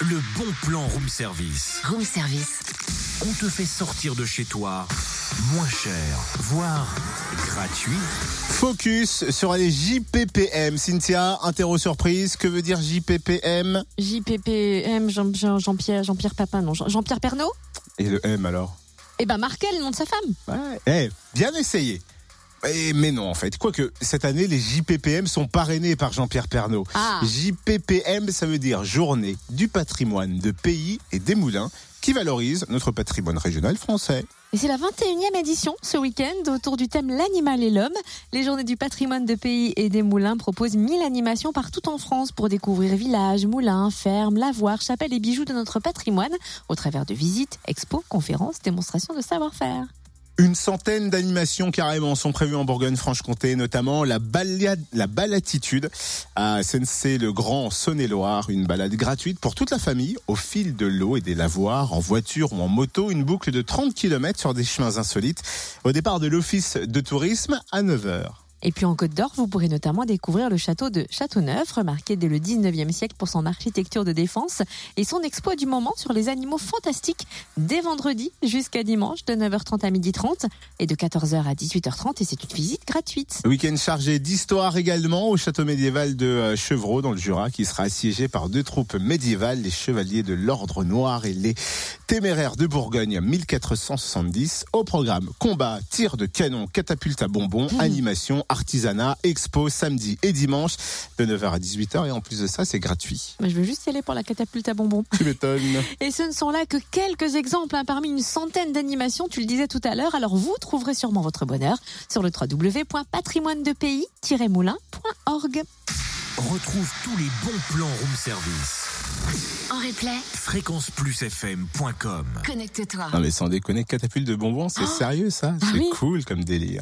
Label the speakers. Speaker 1: Le bon plan room service.
Speaker 2: Room service.
Speaker 1: On te fait sortir de chez toi moins cher, voire gratuit.
Speaker 3: Focus sur les JPPM. Cynthia, interro surprise, que veut dire JPPM
Speaker 4: JPPM, Jean- Jean- Jean-Pierre, Jean-Pierre Papin, non, Jean- Jean-Pierre Pernaud
Speaker 3: Et le M alors
Speaker 4: Eh ben Markel, le nom de sa femme.
Speaker 3: Ouais. Eh, bien essayé. Eh, mais non, en fait. Quoique, cette année, les JPPM sont parrainés par Jean-Pierre Pernaud.
Speaker 4: Ah.
Speaker 3: JPPM, ça veut dire Journée du patrimoine de pays et des moulins qui valorise notre patrimoine régional français.
Speaker 4: Et c'est la 21e édition ce week-end autour du thème L'animal et l'homme. Les journées du patrimoine de pays et des moulins proposent 1000 animations partout en France pour découvrir villages, moulins, fermes, lavoirs, chapelles et bijoux de notre patrimoine au travers de visites, expos, conférences, démonstrations de savoir-faire.
Speaker 3: Une centaine d'animations carrément sont prévues en Bourgogne-Franche-Comté, notamment la, balade, la balatitude à SNC le Grand en Saône-et-Loire, une balade gratuite pour toute la famille au fil de l'eau et des lavoirs, en voiture ou en moto, une boucle de 30 km sur des chemins insolites au départ de l'office de tourisme à 9h.
Speaker 4: Et puis en Côte d'Or, vous pourrez notamment découvrir le château de Châteauneuf, remarqué dès le 19e siècle pour son architecture de défense et son exploit du moment sur les animaux fantastiques dès vendredi jusqu'à dimanche de 9h30 à 12h30 et de 14h à 18h30 et c'est une visite gratuite.
Speaker 3: Week-end chargé d'histoire également au château médiéval de euh, Chevreau dans le Jura qui sera assiégé par deux troupes médiévales, les chevaliers de l'ordre noir et les téméraires de Bourgogne 1470. Au programme combat, tir de canon, catapulte à bonbons,
Speaker 4: Mmh.
Speaker 3: animation, artisanat, expo samedi et dimanche de 9h à 18h et en plus de ça c'est gratuit.
Speaker 4: Moi, Je veux juste y aller pour la catapulte à bonbons.
Speaker 3: Tu m'étonnes.
Speaker 4: Et ce ne sont là que quelques exemples hein, parmi une centaine d'animations, tu le disais tout à l'heure, alors vous trouverez sûrement votre bonheur sur le www.patrimoine-de-pays-moulin.org.
Speaker 1: Retrouve tous les bons plans room service.
Speaker 2: En replay,
Speaker 1: fréquenceplusfm.com
Speaker 2: connecte-toi.
Speaker 3: Non mais sans déconner, catapulte de bonbons, c'est sérieux ça,
Speaker 4: Ah
Speaker 3: c'est
Speaker 4: oui.
Speaker 3: cool comme délire.